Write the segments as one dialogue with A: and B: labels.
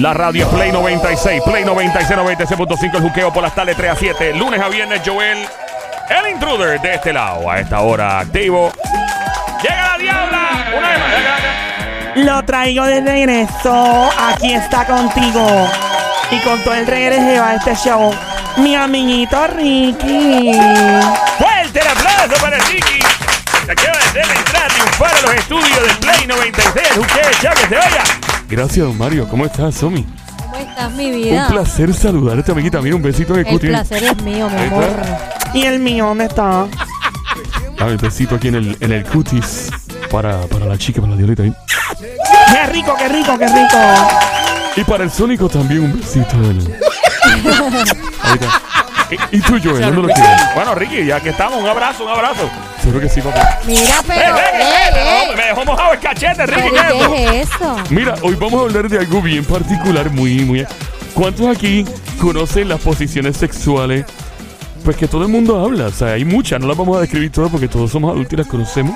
A: La radio Play 96, Play 96, 96.5, el juqueo por las tardes 3 a 7, lunes a viernes, Joel, el intruder de este lado, a esta hora activo. Llega la diabla, una vez más. llega la-
B: Lo traigo de regreso. Aquí está contigo. Y con todo el regreso a este show. Mi amiguito Ricky.
A: Fuerte el aplauso para Ricky. Se acaba de hacer la entrada triunfar a los estudios del Play 96, el juqueo, chao, que se vaya.
C: Gracias, don Mario. ¿Cómo estás, Somi?
D: ¿Cómo estás, mi
C: Un
D: vida?
C: placer saludarte, amiguita. Mira, un besito en el
D: El
C: cutis.
D: placer es mío, mi
C: Ahí
D: amor.
C: está.
B: ¿Y el mío dónde está?
C: A ver, besito aquí en el, en el cutis. Para, para la chica, para la ¿eh? diolita. ahí.
B: Qué rico, qué rico, qué rico.
C: Y para el Sónico también un besito. Del... Ahí está. Y, y tú, Joel, no lo quieres.
A: Bueno, Ricky, ya que estamos, un abrazo, un abrazo.
C: Seguro que sí, papá.
D: Mira,
A: ¡Eh,
D: pero.
A: eh, eh,
D: ¡Eh,
A: no,
D: eh!
A: Me dejó mojado el cachete, Ricky, ¿qué es
D: ¿Pero
A: esto?
D: qué es eso?
C: Mira, hoy vamos a hablar de algo bien particular, muy, muy. ¿Cuántos aquí conocen las posiciones sexuales? Pues que todo el mundo habla, o sea, hay muchas, no las vamos a describir todas porque todos somos adultos y las conocemos.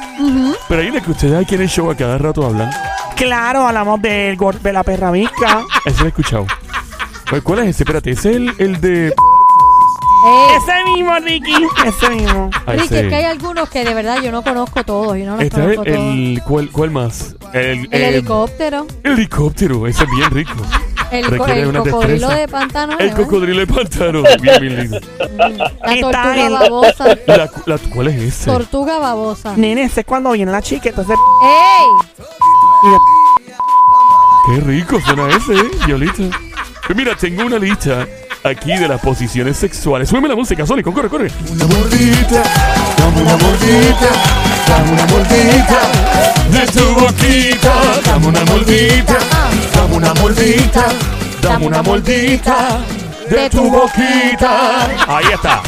C: Pero hay las que ustedes aquí en el show a cada rato hablan.
B: Claro, hablamos del golpe de la perra visca.
C: Ese lo he escuchado. Pues, ¿Cuál es ese? Espérate, ese es el, el de.
D: Eh,
B: Ese mismo, Ricky. Ese mismo.
C: Ah,
D: Ricky,
C: ese.
D: es que hay algunos que de verdad yo no conozco todos. Yo no los
C: Está
D: conozco
C: el. em,
D: todos. El,
C: Este el- ¿cuál, ¿Cuál más?
A: El, eh,
D: helicóptero. Ah,
C: Helicóptero, ese es bien rico.
D: El, co-
C: requiere
D: el
C: una
D: cocodrilo
C: destreza.
D: de pantano.
C: El
D: ¿no?
C: cocodrilo de pantano, bien, bien lindo.
D: La
B: Está
D: tortuga
B: el-
D: babosa.
C: La- la- ¿Cuál es ese?
D: Tortuga babosa.
B: Nene, ese es cuando viene la chica. Entonces.
D: ¡Ey!
C: Qué rico suena ese, ¿eh? Violita. Pues mira, tengo una lista aquí de las posiciones sexuales. Súbeme la música, Sónico, corre, corre.
E: Una mordita, dame una mordita, dame una mordita de tu boquita, dame una mordita, dame una mordita,
C: Dame una mordita de tu boquita.
A: Ahí está.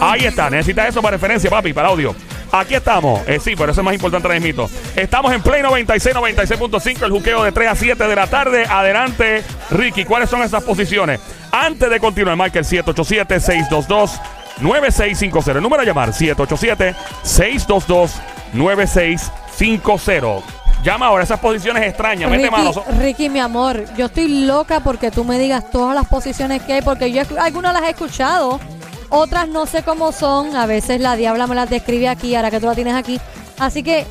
A: Ahí está. Necesitas eso para referencia, papi, para audio. Aquí estamos. Eh, sí, pero eso es más importante ahora mismo. Estamos en Play 96, 96.5, el juqueo de 3 a 7 de la tarde. Adelante, Ricky. ¿Cuáles son esas posiciones? Antes de continuar, marca el 787-622-9650. El número a llamar, 787-622-9650. Llama ahora esas posiciones extrañas. Mete mano.
D: Ricky, Ricky, mi amor, yo estoy loca porque tú me digas todas las posiciones que hay, porque yo escu- algunas las he escuchado, otras no sé cómo son, a veces la diabla me las describe aquí, ahora que tú la tienes aquí. Así que,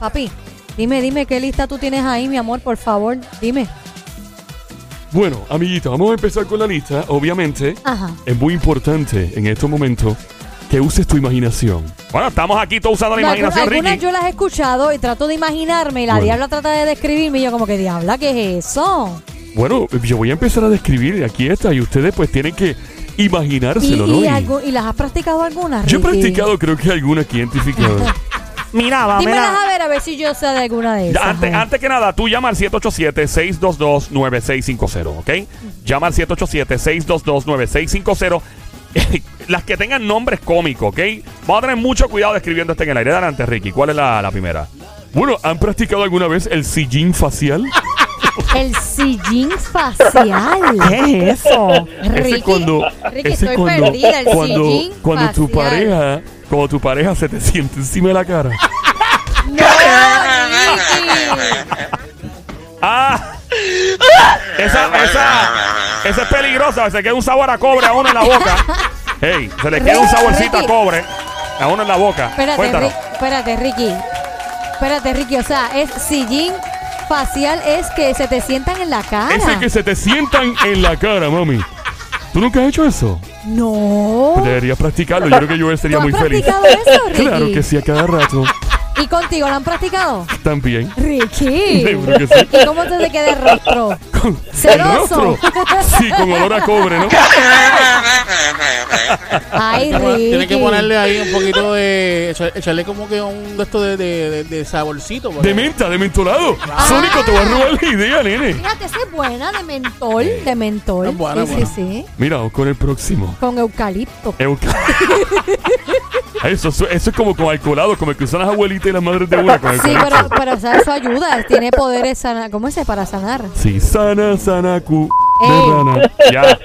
D: papi, dime, dime qué lista tú tienes ahí, mi amor, por favor, dime.
C: Bueno, amiguita, vamos a empezar con la lista. Obviamente,
D: Ajá.
C: es muy importante en estos momentos que uses tu imaginación.
A: Bueno, estamos aquí todos usando la
D: Alguna-
A: imaginación,
D: algunas
A: Ricky.
D: yo las he escuchado y trato de imaginarme y la
C: Bueno.
D: diabla trata de describirme y yo como que diabla, ¿qué es eso?
C: Bueno, yo voy a empezar a describir aquí esta y ustedes pues tienen que
D: Y,
C: imaginárselo, ¿no?
D: y
C: Y
D: algu- y las has practicado algunas.
C: yo he
D: Ricky?
C: practicado, creo que alguna aquí identificada.
B: Mira, va,
D: Dímelas
B: mira.
D: a ver, a ver si yo sé de alguna de
A: Ya,
D: esas.
A: antes,
D: joven.
A: antes que nada, tú llama al 787-622-9650, ¿ok? Llama al 787-622-9650. Las que tengan nombres cómicos, ¿ok? Vamos a tener mucho cuidado escribiendo este en el aire. Adelante, Ricky. ¿Cuál es la, la primera?
C: bueno, ¿han practicado alguna vez el sillín facial?
D: El sillín facial.
B: ¿Qué es eso?
C: Ese
D: Ricky,
C: cuando,
D: Ricky,
C: ese
D: estoy
C: cuando,
D: perdida, el
C: cuando,
D: sillín
C: cuando tu
D: facial.
C: pareja, cuando tu pareja se te siente encima de la cara.
D: No, Ricky.
A: ¡Ah! Esa, esa, esa es peligrosa. Se queda un sabor a cobre a uno en la boca. ¡Ey! Se le queda un saborcito a
D: Ricky.
A: cobre a uno en la boca.
D: Espérate,
A: Cuéntanos.
D: Ricky, espérate, Ricky. Espérate, Ricky. O sea, es sillín facial es que se te sientan en la cara.
C: Ese que se te sientan en la cara, mami. ¿Tú nunca has hecho eso?
D: No.
C: Pues deberías practicarlo. Yo creo que yo sería
D: Oh. ¿Tú has
C: muy feliz.
D: practicado eso, Ricky?
C: Claro que sí, a cada rato.
D: ¿Y contigo lo han practicado?
C: También.
D: Ricky.
C: Seguro que sí.
D: ¿Y cómo se te queda el rostro?
C: Con el
D: Celoso.
C: rostro. Sí, con olor a cobre, ¿no?
D: Ay, Ricky.
F: Tiene que ponerle ahí un poquito de. echa- Echarle como que un de esto de, de, de- de saborcito. pues. porque-
C: De menta, de mentolado.
D: Ah.
C: Sónico, te voy a robar la idea, nene.
D: Fíjate, esa es buena de mentol. De mentol.
F: Es buena,
D: sí,
F: buena.
D: sí, sí.
C: Mira, vamos con el próximo.
D: Con eucalipto.
C: Euca- eso, eso, eso es como con alcoholado, como el que usan las abuelitas y las madres de una. Con
D: Sí,
C: alcoholado.
D: pero, pero o sea, eso ayuda, tiene poderes sana, ¿cómo es? Para sanar.
C: Sí, sana, sana, cu. de
D: Ey.
C: rana.
A: Ya.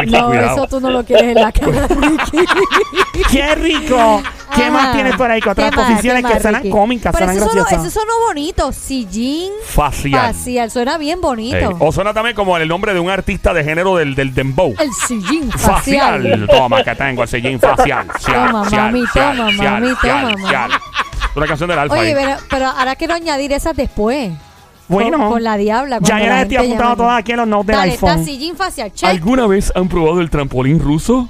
A: Ricky,
D: No,
A: cuidado.
D: eso tú no lo quieres en la cara, Ricky. Ah,
B: ¡Qué rico! ¿Qué más tienes por ahí? ¿Qué otras
D: ¿Qué más?
B: posiciones
D: ¿Qué más,
B: que suenan
D: Ricky?
B: cómicas,
D: Pero
B: suenan
D: eso sonó-
B: graciosas?
D: eso sonó bonito. Sillín
A: Facial.
D: facial. Suena bien bonito.
A: Eh,
B: oh.
A: O suena también como el nombre de un artista de género del, del dembow.
D: El sillín facial.
A: Facial. Toma, que tengo el sillín facial. Cial,
D: Toma,
A: cial,
D: mami,
A: cial,
D: toma,
A: cial,
D: mami,
A: cial,
D: toma, mami.
A: cial. Una canción del Alfa.
D: Oye,
A: ahí.
D: pero, pero ahora quiero añadir esas después.
B: Bueno.
D: Con, con la diabla.
B: Ya
D: cuando
B: yo
D: la
B: las estoy
D: gente
B: apuntando
D: llame.
B: todas aquí en los notes del
D: Dale, está
B: iPhone.
D: sillín facial. Check.
C: ¿Alguna vez han probado el trampolín ruso?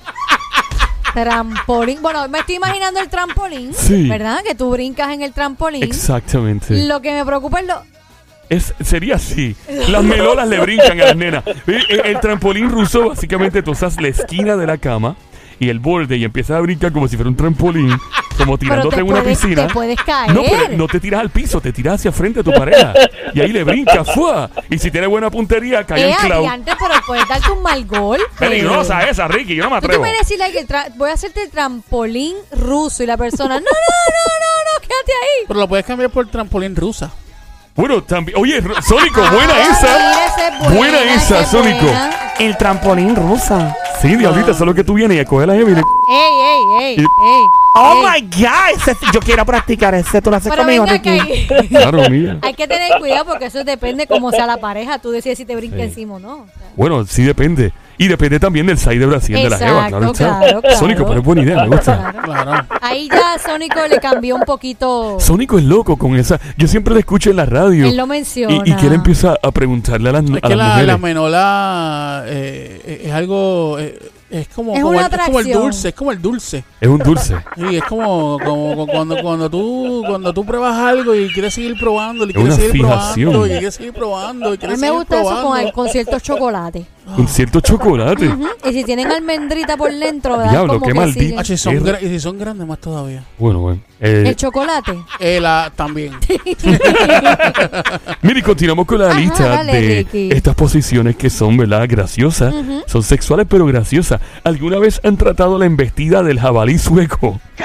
D: Trampolín. Bueno, me estoy imaginando el trampolín.
C: Sí.
D: ¿Verdad? Que tú brincas en el trampolín.
C: Exactamente.
D: Lo que me preocupa es lo.
C: Es, sería así. Las melolas le brincan a las nenas. Eh, eh, El trampolín ruso, básicamente, tú usas la esquina de la cama y el borde y empiezas a brincar como si fuera un trampolín, como
D: Pero
C: tirándote
D: te
C: en una
D: puedes,
C: piscina.
D: te puedes caer.
C: No, pero no te tiras al piso, te tiras hacia frente a tu pareja. Y ahí le brincas, ¡fua! Y si tienes buena puntería, cae
D: Eh,
C: el clavo.
D: adiante, pero puedes darte un mal golpe.
A: Peligrosa
C: eh,
A: esa, Ricky. Yo no me
D: Tú te
A: atrevo.
D: puedes decirle que tra- voy a hacerte el trampolín ruso y la persona, no, no, no, no, no, quédate ahí.
F: Pero lo puedes cambiar por trampolín rusa.
C: Bueno, también. Oye, R- Sónico, buena
D: Ah, mira,
C: esa.
D: esa es
C: Buena esa,
D: esa es
C: Sónico.
D: buena.
B: El trampolín rusa.
C: Sí, diablita, solo que tú vienes y a coger la Gemini.
D: Ey, ey, ey,
C: Y-
D: ey.
B: Oh
D: ey.
B: my God. Ese- yo quiero practicar ese. Tú lo haces
D: Pero
B: conmigo,
D: venga que
B: Ricky.
D: hay,
C: Claro, mía.
D: hay que tener cuidado porque eso depende cómo sea la pareja. Tú decides si te brinca encima o no. O sea,
C: Bueno, sí depende. Y depende también del side de Brasil de la Jeva, claro.
D: Exacto,
C: está.
D: claro, claro.
C: Sónico, pero es buena idea, me gusta.
D: claro.
F: Claro.
D: Ahí ya Sónico le cambió un poquito.
C: Sónico es loco con esa. Yo siempre la escucho en la radio.
D: Él lo menciona.
C: Y, y que él empieza a preguntarle a las,
F: Es
C: a
F: que
C: las
F: la,
C: mujeres.
F: la menola eh, eh, es algo. eh, es como,
D: Es
F: como
D: una
F: el, es como el
D: atracción.
F: dulce, es como el dulce.
C: Es un dulce.
F: Sí, es como, como cu- cuando, cuando, tú, cuando tú pruebas algo y quieres seguir probando, y
C: Es una
F: quieres seguir
C: fijación.
F: probando, y quieres seguir probando, y
D: A
F: quieres
D: mí me
F: seguir
D: gusta eso
F: probando.
D: con, el- con ciertos chocolates.
C: Un cierto chocolate.
D: Y si tienen almendrita por dentro, ¿verdad?
C: Diablo,
D: Como
C: qué
D: que
C: maldito.
D: siguen.
F: Ah, si son
C: Es-
F: gra- y si son grandes más todavía.
C: Bueno, bueno. Eh,
D: El chocolate.
F: Eh, la, también.
C: Mire, y continuamos con la
D: Ajá,
C: lista
D: dale,
C: de
D: Ricky.
C: estas posiciones que son, ¿verdad? Graciosas. Son sexuales, pero graciosas. ¿Alguna vez han tratado la embestida del jabalí sueco?
B: ¿Qué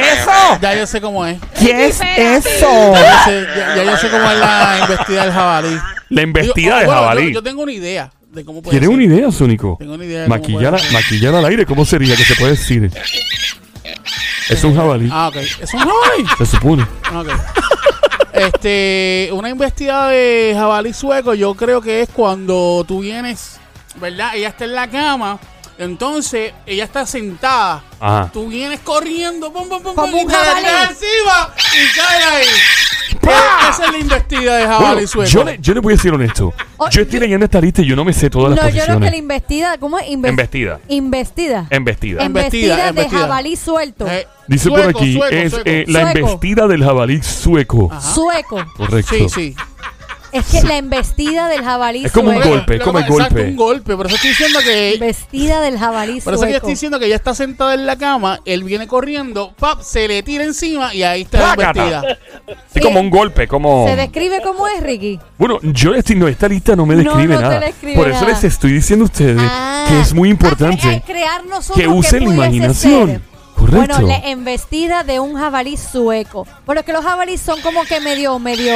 B: es eso?
F: Ya yo sé cómo es.
B: ¿Qué es eso?
F: Ya yo sé, ya- ya yo sé cómo es la investida del jabalí.
A: La
F: Yo-
A: embestida
F: oh,
A: de
F: bueno,
A: jabalí.
F: Yo, yo tengo una idea de cómo puede
C: ¿Tiene
F: ser.
C: una idea, Sónico?
F: Tengo una idea de cómo
C: Maquillar,
F: puede ser.
C: maquillar al aire, ¿cómo sería que se puede decir? Es un jabalí,
F: Ah, ok. ¿Es un jabalí?
C: se supone.
F: Ah, ok. Este, una investida de jabalí sueco, yo creo que es cuando tú vienes, ¿verdad? Ella está en la cama, entonces ella está sentada.
A: Ah.
C: Ajá.
F: Tú vienes corriendo, pum, pum, pum,
D: Como
F: pum, y
D: un
F: te la
D: jabalí.
F: tiras encima y cae ahí. Eh, Esa es la investida de jabalí
C: Bueno,
F: sueco.
C: yo, le, yo le voy a decir honesto.
D: Oh,
C: Yo estoy leyendo esta lista y yo no me sé todas las
D: No, yo creo que
C: posiciones.
D: la investida, ¿cómo es? Inves-
A: Embestida.
D: Investida.
A: Embestida.
D: Em-
F: Embestida,
D: Investida de
F: embestida.
D: jabalí suelto.
F: Eh,
C: Dice por
F: sueco,
C: aquí,
F: sueco,
C: es
F: sueco.
C: eh, la
D: Sueco. Ah.
C: embestida del jabalí sueco.
F: Ajá.
D: Sueco.
C: Correcto.
F: Sí, sí.
D: Es que la embestida del jabalí
C: Es como un
D: sueco.
C: golpe. es
F: Lo
C: como
F: que-
C: el
F: exacto,
C: golpe.
F: un golpe. Por eso estoy diciendo que
D: Vestida del jabalí
F: Por eso que yo
D: sueco.
F: estoy diciendo que ella está sentada en la cama, él viene corriendo, pap, se le tira encima y ahí está la
A: Rácata.
F: vestida.
A: Sí, como un golpe, como.
D: ¿Se describe cómo es, Ricky?
C: Bueno, yo les no, esta lista no me
D: No,
C: describe
D: no te
C: nada.
D: describe
C: Por eso
D: nada.
C: les estoy diciendo a ustedes
D: Ah.
C: Eh, que es muy
D: Ah, cre-
C: importante
D: crear nosotros
C: que usen la
D: pudiese
C: imaginación.
D: ser.
C: Correcto.
D: Bueno, la embestida de un jabalí sueco. Bueno, es que los jabalíes son como que medio, medio...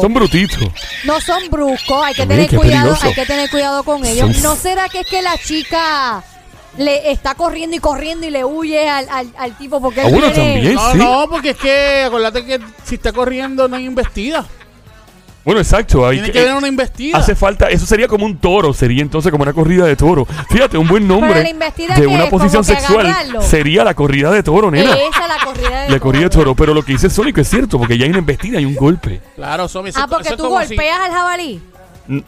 C: Son brutitos.
D: No son bruscos, hay que
C: Miren,
D: tener
C: qué
D: cuidado,
C: peligroso.
D: hay que tener cuidado con ellos.
C: Son-
D: ¿No será que es que la chica le está corriendo y corriendo y le huye al, al, al tipo porque
C: Ah,
D: él
C: bueno,
D: viene-
C: también,
F: No,
C: sí.
F: no, porque es que acuérdate que si está corriendo no hay investida.
C: Bueno, exacto. Hay
F: Tiene
C: que- eh,
F: que haber una investida.
C: hace falta, eso sería como un toro, sería entonces como una corrida de toro. Fíjate, un buen
D: Pero
C: nombre
D: la investida
C: de
D: que
C: una
D: es como
C: posición
D: que
C: sexual
D: agarrarlo.
C: sería la corrida de toro, nena.
D: Esa es la corrida de
C: La corrida de
D: toro.
C: toro, pero lo que dice Sónico es cierto, porque ya hay una embestida y un golpe.
F: Claro, Somi. eso-
D: Ah, porque
F: eso es
D: tú
F: como si-
D: golpeas al jabalí.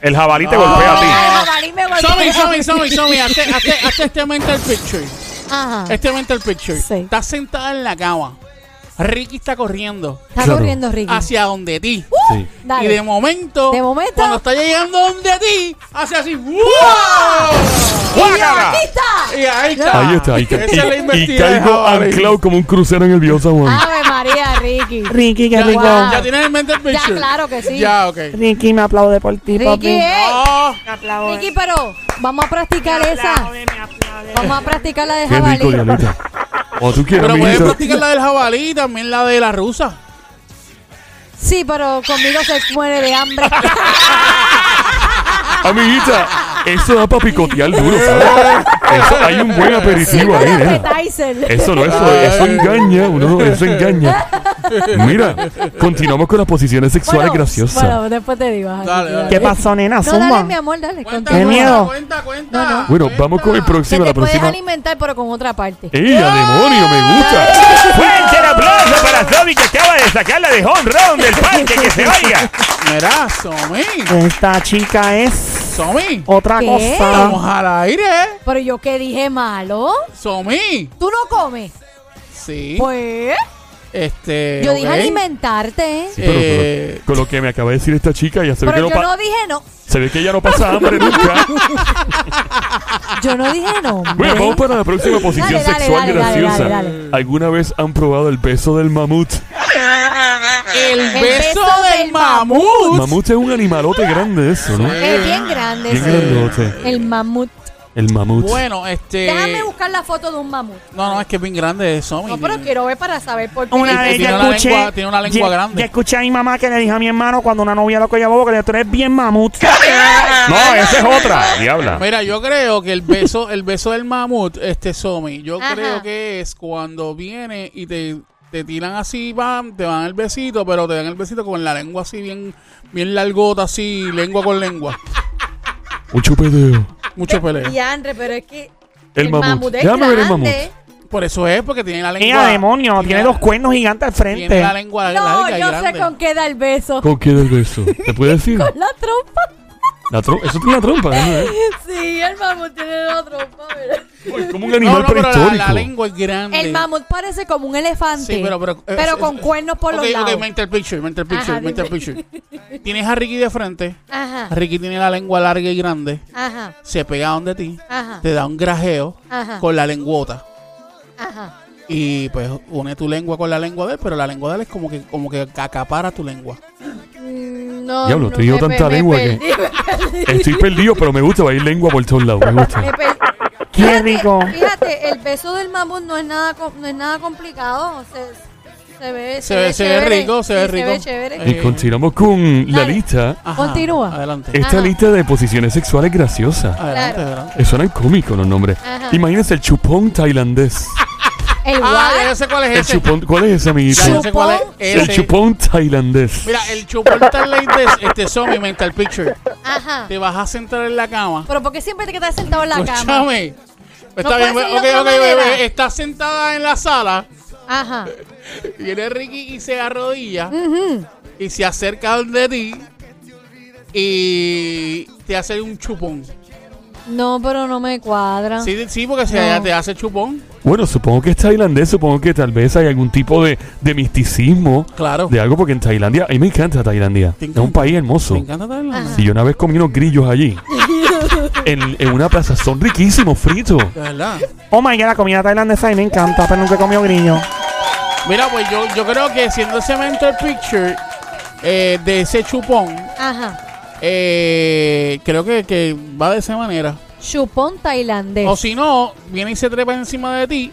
A: El jabalí te
F: No.
A: golpea a ti.
D: Ah, el jabalí me golpea.
F: Somi, Somi, Somi, Somi, hazte, hazte- hazte este mental picture.
D: Ajá.
F: Este mental picture.
D: Sí.
F: Estás sentada en la cama. Ricky está corriendo
D: Está
C: Claro.
D: corriendo Ricky. ¡Uh!
F: hacia donde ti.
C: Sí.
D: Dale.
F: Y de momento,
D: De momento.
F: cuando está llegando donde ti, hace así. ¡Wow!
A: ¡Guácala!
D: ¡Aquí está!
F: Y ahí está.
C: Ahí está, ahí
F: Esa es la
C: está. Y, y
F: investida de
C: caigo
F: jabalí.
C: anclado como un crucero en el viejo San Juan.
D: Ave María, Ricky.
B: Ricky, qué
F: Ya,
B: rico.
D: Wow.
F: ya tienes en mente el picture.
D: claro que sí.
F: Ya, ok.
B: Ricky, me aplaude por ti, papi.
D: Ricky, eh, ey.
F: Ah,
B: Me aplaude.
D: Ricky, pero vamos a practicar
B: Me
D: esa.
B: aplaude, me aplaude.
D: Vamos a practicar la de
C: Qué rico,
D: jabalí.
C: Dianita. Cuando tú quieras,
F: pero puedes
C: mijita.
F: practicar la del jabalí y también la de la rusa.
D: Sí, pero conmigo se muere de hambre.
C: Ah, Amiguita, eso da para picotear duro, ¿sabes? Eso, hay un buen aperitivo ahí, nena. Eso no, eso, eso engaña, uno, eso engaña. Mira, continuamos con las posiciones sexuales graciosas.
D: Bueno, después te digo. ajá,
F: Dale,
D: sí,
F: dale.
B: ¿Qué pasó, nena?
D: No, dale,
B: Zumba.
D: mi amor, dale.
F: Cuenta,
D: continúa.
B: Qué
F: cuenta,
B: miedo.
F: Cuenta, cuenta.
D: No, no.
C: Bueno, vamos con el
D: Que
C: próximo,
D: te
C: la
D: puedes
C: próxima.
D: alimentar, pero con otra parte.
C: ¡Ella, demonio, me gusta!
A: Fuerte el aplauso para Zombie que acaba de sacarla de home run del parque, que se oiga.
F: Mira, Somi.
B: Esta chica es
F: Somi.
B: otra
D: ¿Qué?
B: cosa.
F: Estamos al aire.
D: Pero yo que dije malo.
F: Somi.
D: Tú no comes.
F: Sí.
D: Pues.
F: Este.
D: Yo dije
F: ok.
D: alimentarte.
C: Sí, pero, pero
F: Eh.
C: con lo que me acaba de decir esta chica, ya se ve, que
D: Pero
C: no
D: yo
C: pa-
D: no dije no.
C: se ve que ella no pasa hambre nunca.
D: Yo no dije no. hombre.
C: Bueno, vamos para la próxima posición
D: Dale, dale,
C: sexual
D: dale, dale,
C: graciosa.
D: dale, dale.
C: ¿Alguna vez han probado el beso del mamut?
F: El, beso,
D: beso
F: del,
D: del
F: mamut.
C: Mamut es un animalote grande eso, ¿no?
D: Es bien grande.
C: Bien
D: sí.
C: grandote.
D: El mamut.
C: El mamut.
F: Bueno, este.
D: Déjame buscar la foto de un mamut.
F: No, no, es que es bien grande Somi.
D: No, pero quiero ver para saber por qué.
B: Una
F: Y- y
B: vez
F: tiene
B: yo
F: una
B: escuché.
F: lengua- tiene una lengua
B: yo-
F: grande.
B: yo escuché a mi mamá que le dijo a mi hermano cuando una novia lo que bobo que le dijo, tú eres bien mamut.
A: No, esa es otra.
D: Ah,
A: Diabla.
F: Mira, yo creo que el beso, el beso del mamut, este Somi, yo
D: Ajá.
F: creo que es cuando viene y te, te tiran así, pam, te dan el besito, pero te dan el besito con la lengua así bien, bien largota, así, lengua con lengua.
C: Un chupeteo.
F: Mucho pelea.
D: Diandre, pero es que.
C: El mamut.
D: es
C: Déjame ver el
D: grande.
C: mamut.
F: Por eso es, porque tiene la lengua.
B: Mira, demonio, tiene
F: la-
B: dos cuernos gigantes al
F: Tiene
B: frente.
F: la lengua
D: No,
F: larga y
D: yo
F: grande.
D: sé con qué da el beso.
C: ¿Con qué del beso? ¿Te puede decir?
D: La trompa.
C: La trom- eso tiene una trompa, ¿no? ¿Eh?
D: Sí, el mamut tiene la trompa. pero-
C: Uy, Como un
F: No,
C: animal
F: no, pero la-
C: prehistórico.
F: la, lengua es grande.
D: El mamut parece como un elefante.
F: Sí, pero- pero, eh, eh,
D: con
F: eh,
D: cuernos por
F: Ok,
D: los lados.
F: ok, mental picture, mental picture,
D: Ajá,
F: mental
D: dime.
F: picture. Tienes a Ricky de frente.
D: Ajá,
F: Ricky tiene la lengua larga y grande.
D: ajá,
F: Se pega donde ti.
D: ajá,
F: Te da un grajeo
D: ajá,
F: con la lengüota.
D: ajá.
F: Y pues une tu lengua con la lengua de él, pero la lengua de él es como que, como que acapara tu lengua.
D: Mm, No,
C: Diablo,
D: no,
C: te dio
D: me
C: tanta
D: per- me
C: lengua que-
D: perdí, me perdí.
C: Estoy perdido, pero me gusta. Va a ir lengua por todos lados. Me gusta.
F: Eh,
D: Me per-
B: Qué
D: Fíjate,
B: rico.
D: Fíjate, el beso del mamut no es nada, com- no es nada complicado. Se, se ve,
F: Se ve- se ve
D: chévere.
F: rico, se ve
D: Sí,
F: rico.
D: Se ve chévere.
F: Eh,
C: Y continuamos con la
D: Dale.
C: lista.
F: Ajá,
D: Continúa.
F: Adelante.
C: Esta
D: Ajá.
C: lista de posiciones sexuales graciosas.
F: adelante,
D: claro.
F: adelante.
C: Eh, Suenan cómicos los nombres.
D: Ajá.
C: Imagínense el chupón tailandés.
D: El
F: Ah,
D: guay.
F: ya yo sé cuál es
C: El
F: ese.
C: chupón, ¿Cuál es ese, amiguito?
F: Ya yo sé cuál es
C: El
F: ese.
C: chupón tailandés.
F: Mira, el chupón de este zombie mental picture.
D: Ajá.
F: Te vas a sentar en la cama.
D: Pero porque siempre te quedas sentado en la cama.
F: Escúchame. Está
D: puede ser
F: bien,
D: de
F: ok, ok,
D: otra
F: bebé.
D: manera.
F: Estás sentada en la sala.
D: Ajá.
F: Viene Ricky y se arrodilla y se acerca donde ti y te hace un chupón.
D: No, pero no me cuadra.
F: Sí, sí porque se
D: Ah. No.
F: te hace chupón.
C: Bueno, supongo que es tailandés. Supongo que tal vez hay algún tipo de, de misticismo.
F: Claro.
C: De algo, porque en Tailandia. A mí me encanta Tailandia.
F: Te
C: Es
F: encanta.
C: un país hermoso.
F: Me encanta Tailandia.
D: Ajá.
C: Si yo una vez comí unos grillos allí. en, en una plaza. Son riquísimos, fritos.
F: De verdad.
B: Oh my god, la comida tailandesa y me encanta, pero nunca he comido grillo.
F: Mira, pues yo, yo creo que siendo ese mental picture eh, de ese chupón,
D: Ajá.
F: eh, creo que, que va de esa manera.
D: Chupón tailandés.
F: O si no, viene y se trepa encima de ti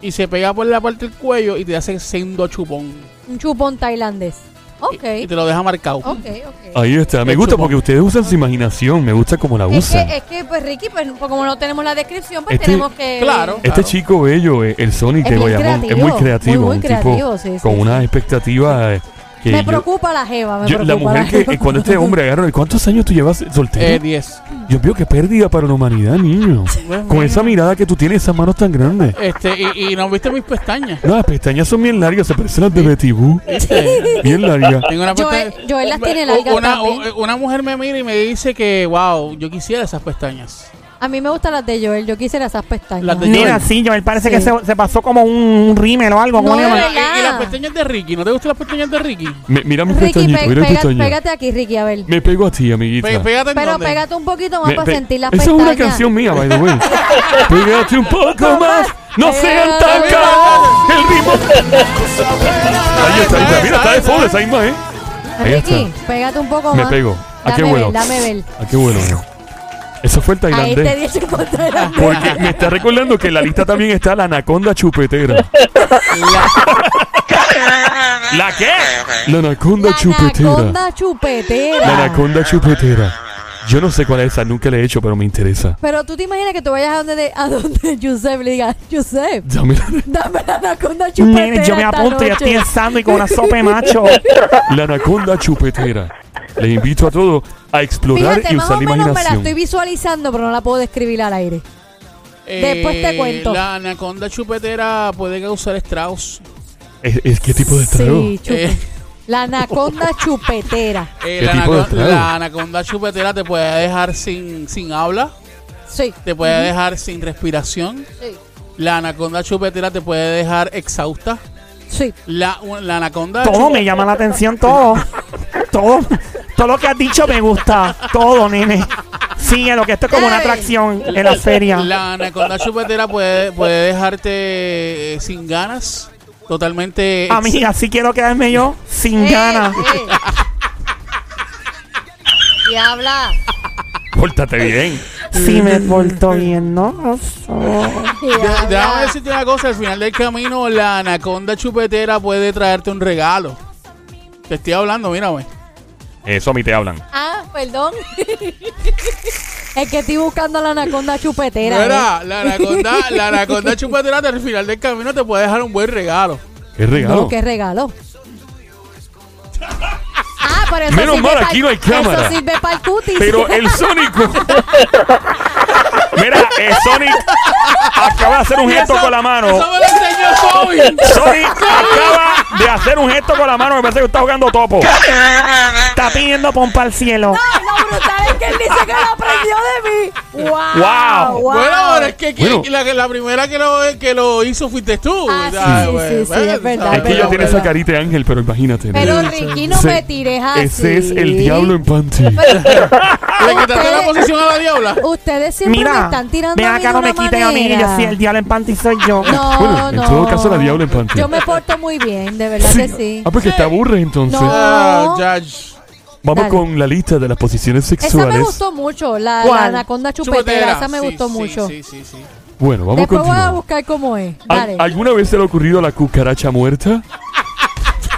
F: y se pega por la parte del cuello y te hace sendo chupón.
D: Un chupón tailandés. Ok.
F: Y, y te lo deja marcado.
D: Ok, ok.
C: Ahí está. Me
F: El
C: gusta
F: chupón.
C: porque ustedes usan su imaginación. Me gusta como la
D: Es que,
C: usan.
D: es que, pues Ricky, pues, pues, como no tenemos la descripción, pues
C: Este-
D: tenemos que.
F: Claro.
C: Este chico bello, eh, el Sonic
D: Es
C: de
D: bien
C: Bayamón, es
D: creativo,
C: muy creativo,
D: muy, muy
C: un tipo
D: creativo, sí, sí,
C: con
D: sí.
C: unas expectativas eh, que
D: Me
C: yo-
D: preocupa la jeva, me
C: yo-
D: preocupa
C: la mujer que
D: jeva.
C: eh, cuando este hombre agarra, ¿cuántos años tú llevas soltero?
F: Eh, 10.
C: Yo veo que pérdida para la humanidad, niño. Con esa mirada que tú tienes, esas manos tan grandes.
F: Este, y, y no viste mis pestañas.
C: No, las pestañas son bien largas, se parecen las de Betty Boo.
F: ¿Viste?
C: Bien largas.
F: Tengo una
D: Joel-
F: pestaña.
D: Joel las tiene
F: U-
D: largas
F: una,
D: también.
F: u- una mujer me mira y me dice que, wow, yo quisiera esas pestañas.
D: A mí me gustan las de Joel, yo quisiera esas pestañas.
F: Las de-
B: Mira,
F: Joel.
B: sí, Joel parece
D: Sí.
B: que se, se pasó como un, un rímel o algo. ¿cómo
D: No,
B: le llaman?
D: ¿verdad?
F: Y, y las pestañas de Ricky, ¿no te gustan las pestañas de Ricky?
C: Me- mira mis
D: Ricky,
C: pestañitas,
D: pe-
C: mira mis
D: pega-
C: pestañas.
D: pégate aquí, Ricky, a ver.
C: Me pego a ti, amiguita.
F: Pe- pégate en
D: Pero
F: dónde.
D: pégate un poquito más
C: Me-
D: para
C: pe-
D: sentir las
C: Esa
D: pestañas.
C: es una canción mía, by the way. Pégate un poco más,
D: Eh,
C: no sean tan
D: Pégate.
C: caros. El ritmo. Ahí está, ahí está. Mira, está de fondo esa misma, ¿eh? Ahí
D: Ricky,
C: está.
D: pégate un poco
C: Me
D: más.
C: pego. ¿A qué
D: Dame
C: vuelo?
D: ver, dame ver.
C: ¿A Ah, qué vuelo? Eso fue el
D: Ahí te
C: tailandés.
D: di el chupón tailandés.
C: Porque me está recordando que en la lista también está la anaconda chupetera.
A: ¿La qué?
C: La anaconda
D: La
C: chupetera.
D: anaconda chupetera.
C: La anaconda chupetera. Yo no sé cuál es esa, nunca la he hecho, pero me interesa.
D: Pero tú te imaginas que tú vayas a donde, de- a donde Joseph le digas, Joseph,
C: Dame la-
D: dame la anaconda chupetera
B: Nene, yo me
D: pues, esta
B: apunto, ya
D: noche".
B: estoy en sándwich con una sopa de macho.
C: La anaconda chupetera. Les invito a todos a explorar
D: Fíjate,
C: y
D: más
C: usar
D: o
C: la
D: menos me la
C: imaginación.
D: estoy visualizando, pero no la puedo describir al aire. Eh, Después te cuento.
F: La anaconda chupetera puede causar estragos.
C: ¿Es, es- ¿Qué tipo de trago?
D: Sí, chupa.
F: Eh,
D: La anaconda chupetera.
F: eh,
C: ¿Qué
F: la,
C: tipo de
F: anaconda,
C: estrago?
F: la anaconda chupetera te puede dejar sin, sin habla,
D: Sí.
F: te puede dejar sin respiración.
D: Sí.
F: La anaconda chupetera te puede dejar exhausta.
D: Sí.
F: La, la anaconda
B: Todo
F: chupe-
B: me llama la atención, todo. Todo. Todo lo que has dicho me gusta. Todo, nene. Sí, en lo que esto es como una
D: Ey.
B: atracción en la feria.
F: La anaconda chupetera puede, puede dejarte eh, sin ganas, totalmente. ex-
B: Amiga, sí quiero quedarme yo sin
D: Eh,
B: ganas.
D: eh. Diabla.
C: Pórtate bien.
B: Sí me porto bien, ¿no?
F: De- déjame
D: Diabla.
F: decirte una cosa: al final del camino, la anaconda chupetera puede traerte un regalo. Te estoy hablando, mírame.
A: Eso a mí te hablan.
D: Ah, perdón. es que estoy buscando la anaconda chupetera. eh.
F: Mira, la anaconda, la anaconda chupetera te- al final del camino te puede dejar un buen regalo.
C: ¿Qué
D: ¿eh?
C: regalo?
D: No, qué regalo. Ah, pero eso
C: Menos
D: sirve
C: mal,
D: pa'l-
C: aquí no hay cámara.
D: Eso sirve para el cutis.
C: Pero el Sónico.
A: Mira, eh, Sonic acaba de hacer un gesto
F: Eso-
A: con la mano.
F: Eso me lo enseñó Toby.
A: Sonic acaba de hacer un gesto con la mano. Me parece que está jugando topo.
B: Está pidiendo pompa al cielo.
D: Lo brutal es que él dice que lo aprendió de mí. ¡Wow!
A: Wow.
D: wow.
F: Bueno, pero es que, que-
C: Bueno.
F: La, la primera que lo, que lo hizo fuiste tú.
D: Ah, sí, sí, sí, sí,
F: ¿sabes?
D: es verdad,
C: Es que
D: Pero,
C: ella tiene esa
D: pero-
C: carita de ángel, pero imagínate.
D: Pero ah,
C: ¿no?
D: Ricky, no
C: Ese-
D: me tires así.
C: Ese es el diablo en panty.
F: Ah, Le quitaste la
D: Ustedes-
F: posición a la diabla.
D: Ustedes siempre me
B: Mira,
D: están tirando
B: ven
D: a mí
B: acá,
D: de
B: no me
D: una
B: quiten a mí. que
D: manera.
B: Yo sí, el diablo en panty soy yo.
D: No,
C: Bueno, en
D: no.
C: todo caso, la diabla en panty.
D: Yo me porto muy bien, de verdad que sí.
C: Ah, porque te aburres entonces.
D: No.
F: Ah, Judge.
C: Vamos
D: Dale.
C: con la lista de las posiciones
D: Esa me
C: sexuales.
D: gustó mucho, la,
B: ¿Cuál?
D: la anaconda chupetera, esa me
F: Sí,
D: gustó
F: sí,
D: mucho.
F: Sí, sí, sí.
C: Bueno, vamos a
D: Después voy a
C: continuar.
D: buscar cómo es.
C: ¿Al-
D: Dale.
C: ¿Alguna vez se le ha ocurrido a la cucaracha muerta?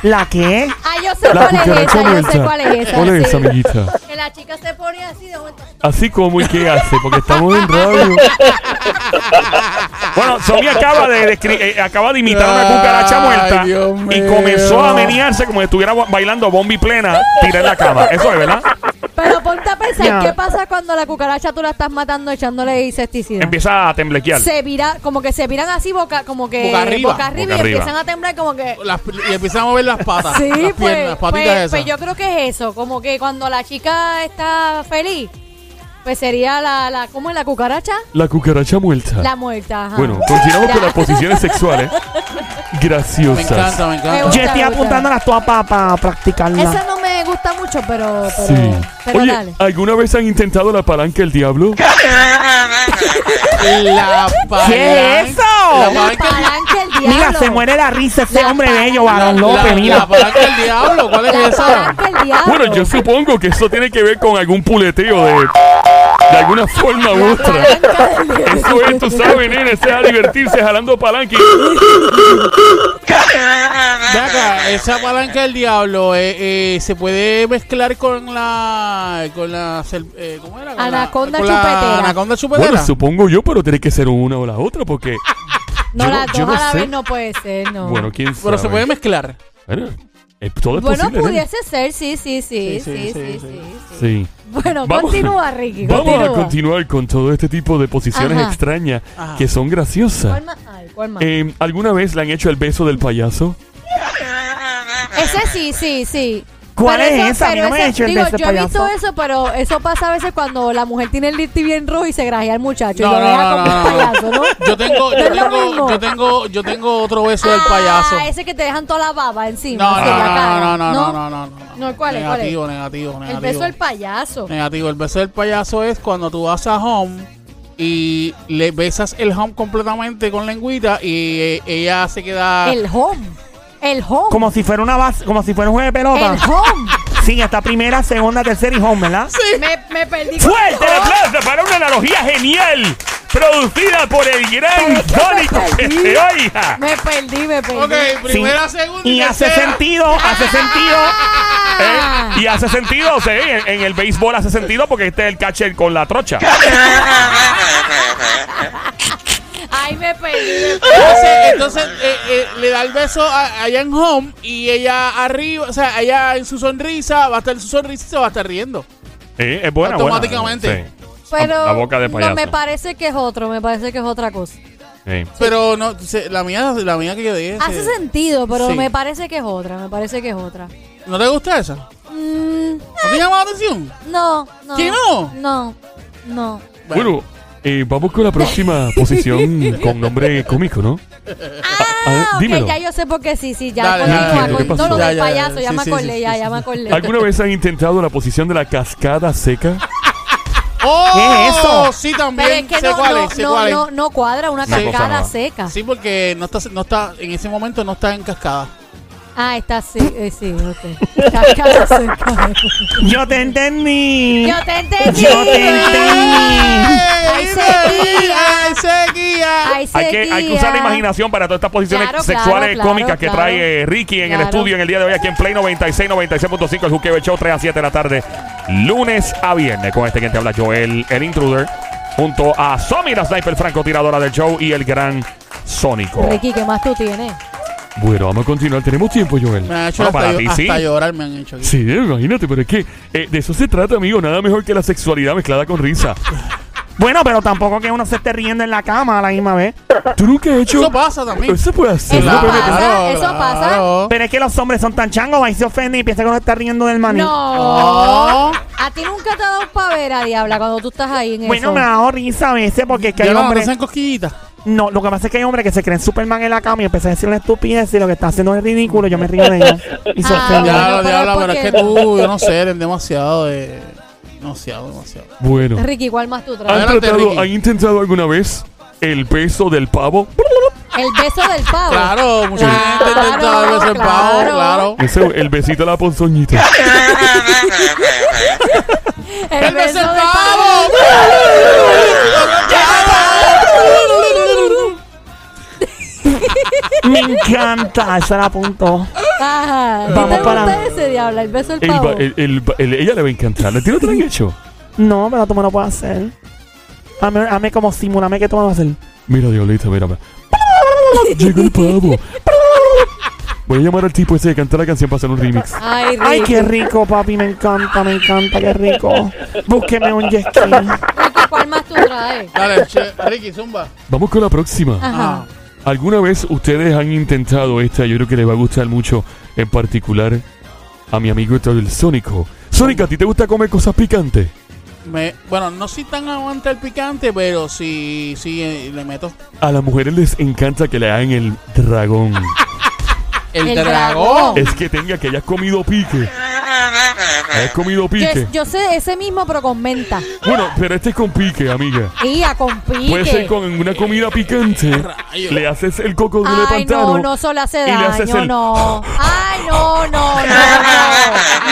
B: ¿La qué?
D: Ah, yo sé
C: La
D: cuál es
C: cucaracha
D: esa, yo
C: muerta.
D: sé cuál es esa.
C: ¿Cuál es
D: sí.
C: esa, amiguita?
D: Que la chica se pone así de vuelta.
C: Así como y qué hace, porque estamos en radio.
A: Bueno, Sonic acaba de, descri- eh, acaba de imitar una cucaracha
F: Ay,
A: muerta
F: Dios
A: y
F: mío.
A: comenzó a menearse como si estuviera ba- bailando bombi plena tirada en la cama. Eso es, ¿verdad?
D: Pero ponte a pensar,
B: Ya.
D: ¿qué pasa cuando la cucaracha tú la estás matando echándole insecticida?
A: Empieza a temblequear.
D: se vira, como que se viran así boca, como que
F: Boca arriba.
A: Boca
D: y
A: arriba.
D: empiezan a temblar como que
F: Las- y empieza a mover las patas.
D: Sí,
F: las
D: pues,
F: piernas, las patitas
D: pues-
F: esas.
D: pues yo creo que es eso, como que cuando la chica está feliz, pues sería la, la ¿cómo es la cucaracha?
C: La cucaracha muerta.
D: La muerta. ajá.
C: Bueno, continuamos
D: Ya.
C: con las posiciones sexuales.
F: me
C: Graciosas.
F: encanta, me encanta.
D: gusta,
B: Yo estoy
D: me gusta.
B: apuntando las todas para
D: Esa
B: practicarla.
D: no me gusta mucho, pero pero,
C: Sí.
D: pero
C: Oye,
D: dale.
C: ¿alguna vez han intentado la palanca del diablo?
F: La palanca.
B: ¿Qué es eso?
F: La
D: La
F: palanca.
D: palanca del diablo.
B: Mira, se muere la risa ese
D: La
B: hombre
D: pa-
B: bello,
D: la-
B: varón López,
F: la,
B: mira.
F: la palanca del diablo. ¿Cuál es
D: La
F: esa?
D: palanca del diablo.
C: Bueno, yo supongo que eso tiene que ver con algún puleteo de, de alguna forma u otra.
D: Palanca del diablo.
C: Eso es, tú sabes, nene, ese es a divertirse jalando palanca.
F: Ve acá, esa palanca del diablo eh, eh, se puede mezclar con la. Con la. cel- eh, ¿Cómo era? Con la-
D: Anaconda
F: con la
D: chupetera.
F: anaconda chupetera.
C: Bueno, supongo yo, pero tiene que ser una o la otra porque,
D: Ah. No,
C: yo no-
D: las dos
C: yo no
D: a la
C: sé.
D: vez no puede ser, no.
C: bueno, quién sabe.
F: pero se puede mezclar.
C: Bueno, eh, todo es
D: Bueno,
C: posible, nene.
D: pudiese ser, sí, sí, sí,
F: Sí, sí,
D: sí, sí,
F: sí,
D: sí. sí.
C: Sí.
D: Bueno,
C: Vamos-
D: continúa, Ricky,
C: Vamos
D: continúa.
C: a continuar con todo este tipo de posiciones
D: Ajá.
C: extrañas
F: Ajá.
C: que son graciosas.
D: ¿Cuál más hay? ¿Cuál más?
C: Eh, ¿Alguna vez le han hecho el beso del payaso?
D: Ese sí, sí, sí.
B: ¿Cuál
D: Pero
B: es
D: eso-
B: esa? A mí
D: pero
B: no me
D: ese-
B: han hecho el
D: digo,
B: beso de
D: Yo he visto
B: payaso.
D: eso, pero eso pasa a veces cuando la mujer tiene el lipstick bien rojo y se grajea al muchacho y
F: No,
D: lo
F: no,
D: deja
F: no,
D: como
F: no,
D: un
F: no.
D: payaso, ¿no?
F: Yo
D: ¿No
F: tengo, yo
D: es lo
F: tengo,
D: mismo?
F: yo tengo, yo tengo otro beso del payaso.
D: Ah, ese que te dejan toda la baba encima.
F: No, no,
D: así en la cara.
F: no, no, no, no, no, no, no.
D: No, ¿cuál es? ¿Cuál es?
F: Negativo, negativo, negativo.
D: El beso del payaso.
F: Negativo. El beso del payaso es cuando tú vas a home y le besas el home completamente con lengüita y eh, ella se queda.
D: El home. El home.
B: Como si fuera una base, como si fuera un juego de pelota.
D: El home.
B: Sí, está primera, segunda, tercera y home, ¿verdad?
D: me, me perdí. con-
A: Fuerte el aplauso para una analogía genial producida por el gran Sónico que se oiga.
D: Me perdí, me perdí.
F: Ok, primera, segunda
B: Y hace
F: tercera.
B: sentido, hace sentido.
D: Ah.
A: Eh, y hace sentido, sí, en, en el béisbol hace sentido porque este es el catcher con la trocha.
D: Ay, me perdí.
F: Entonces, entonces, eh, eh, le da el beso a- allá en home y ella arriba, o sea, allá en su sonrisa, va a estar en su sonrisa y se va a estar riendo.
A: Sí, es buena, buena.
F: Automáticamente.
A: Sí,
D: Pero
A: La boca de payaso.
D: no, me parece que es otro, me parece que es otra cosa.
A: sí.
F: Pero no, se- la mía, la mía que yo dije.
D: Hace
F: se-
D: sentido, pero
F: Sí.
D: me parece que es otra, me parece que es otra.
F: ¿No te gusta esa? ¿No
D: Mm,
F: te llama la atención?
D: no, no.
F: ¿Que no?
D: No, no.
C: Bueno, eh, vamos con la próxima posición con nombre cómico, ¿no?
D: Ah, ok,
C: dímelo.
D: ya yo sé por qué sí, sí, ya
F: Dale,
D: continúa
C: dale, ¿qué
D: con
C: pasó?
D: todo lo
F: Ya,
D: del
F: ya, ya,
D: payaso, ya
F: sí,
D: me
F: sí,
D: acordé,
F: sí,
D: ya,
F: sí,
D: ya
F: sí.
D: me acordé.
C: ¿Alguna vez han intentado la posición de la cascada seca?
F: ¡Oh!
B: ¿Qué es eso?
F: Sí,
D: Pero es
F: también.
D: que
F: sé
D: no,
F: cuál
D: no,
F: es, sé
D: no,
F: cuál es.
D: no, no cuadra una
A: Una cosa
D: cascada
A: nueva.
D: seca.
F: Sí, porque no está, no está, en ese momento no está en cascada.
D: Ah, está sí, eh, sí, ok. Cascada seca.
B: Yo te entendí.
D: Yo te entendí.
B: Yo te entendí.
D: Ay,
F: ¡Ey,
D: sequía.
F: ¡Ay, sequía!
D: Ay,
A: Hay que, hay que usar la
D: sequía.
A: imaginación para todas estas posiciones
D: Claro, claro,
A: sexuales
D: claro,
A: cómicas que
D: claro.
A: trae eh, Ricky en el
D: Claro.
A: estudio en el día de hoy aquí en Play 96, 96.5, el Juqueo el Show 3 a 7 de la tarde, lunes a viernes. Con este que te habla Joel, el intruder, junto a Somi, la sniper francotiradora del show y el gran Sónico.
D: Ricky, ¿qué más tú tienes?
C: Bueno, vamos a continuar. Tenemos tiempo, Joel. Ah,
F: Me han hecho
A: Bueno, para
F: hasta,
A: ti,
F: llo-
A: sí.
F: hasta llorar, me han hecho. aquí.
C: Sí, imagínate, pero es que eh, de eso se trata, amigo. Nada mejor que la sexualidad mezclada con risa.
B: Bueno, pero tampoco que uno se esté riendo en la cama a la misma vez.
C: ¿Tú nunca has hecho...?
F: Eso pasa también.
C: Eso puede hacer.
D: Eso pasa, eso pasa.
B: Pero es que los hombres son tan changos, ahí se ofenden y piensa que uno está riendo del maní.
D: No.
F: Oh.
D: A ti nunca te ha dado pavera, diabla, cuando tú estás ahí en
B: Bueno,
D: eso.
B: me ha dado risa a veces porque es que hay
F: Ya no, no
B: hombres.
F: sean cosquillitas.
B: No, lo que pasa es que hay hombres que se creen Superman en la cama y empiezan a decir una estupidez y lo que está haciendo es ridículo. Yo me río de ellos. Y se
D: Ah,
B: ofenden.
D: ya.
F: Ya,
D: pero
F: diabla, pero es
D: porque-
F: que tú, yo no sé, eres demasiado de... Demasiado, demasiado.
C: Bueno.
D: Ricky, ¿cuál más tú
C: ¿Han,
D: traes?
F: Adelante,
C: tratado,
F: Ricky.
C: ¿Han intentado alguna vez el peso del pavo?
D: El beso del pavo.
F: Claro, mucha
D: Claro,
F: gente intenta darle ese pavo,
D: claro.
F: claro.
C: Ese, el besito a la ponzoñita.
D: El, beso del pavo.
F: pavo!
B: Me encanta. Esa la apuntó.
D: Ajá. ¿Tú
B: Vamos
D: te
B: para-
D: gusta ese, diabla? El beso del
C: El,
D: pavo.
C: ba- el- el ba- el- ella le va a encantar. ¿A ti no te lo han hecho?
B: No, pero tú me lo puedes hacer. Ame, ame como simulame que tú me vas a hacer.
C: Mira, diablita, mira. mira. Llegó el pavo. Voy a llamar al tipo ese de cantar la canción para hacer un remix.
D: Ay, Ricky.
B: Ay, qué rico, papi. Me encanta, me encanta, qué rico. Búsqueme un jet ski.
D: Ricky, ¿cuál más tú traes?
F: Dale, che, Ricky, zumba.
C: Vamos con la
F: Ah,
C: próxima.
D: Ajá.
C: ¿Alguna vez ustedes han intentado esta? Yo creo que les va a gustar mucho, en particular a mi amigo el Sónico. Sónico, ¿a ti te gusta comer cosas picantes?
F: Me, bueno, no soy tan aguanta el picante, pero sí, sí, eh, le meto.
C: A las mujeres les encanta que le hagan el dragón.
F: El,
D: El dragón.
F: dragón.
C: Es que tenga que hayas comido pique. Hayas comido
D: Yo,
C: pique.
D: yo sé ese mismo, pero con menta.
C: Bueno, pero este es con pique, amiga.
D: Y a con pique.
C: Puede ser con una comida picante.
F: Rayos.
C: Le haces el coco de
D: Ay,
C: pantano.
D: no, no, solo hace
C: y le haces
D: daño,
C: el-
D: no. Ay, no, no, no, no.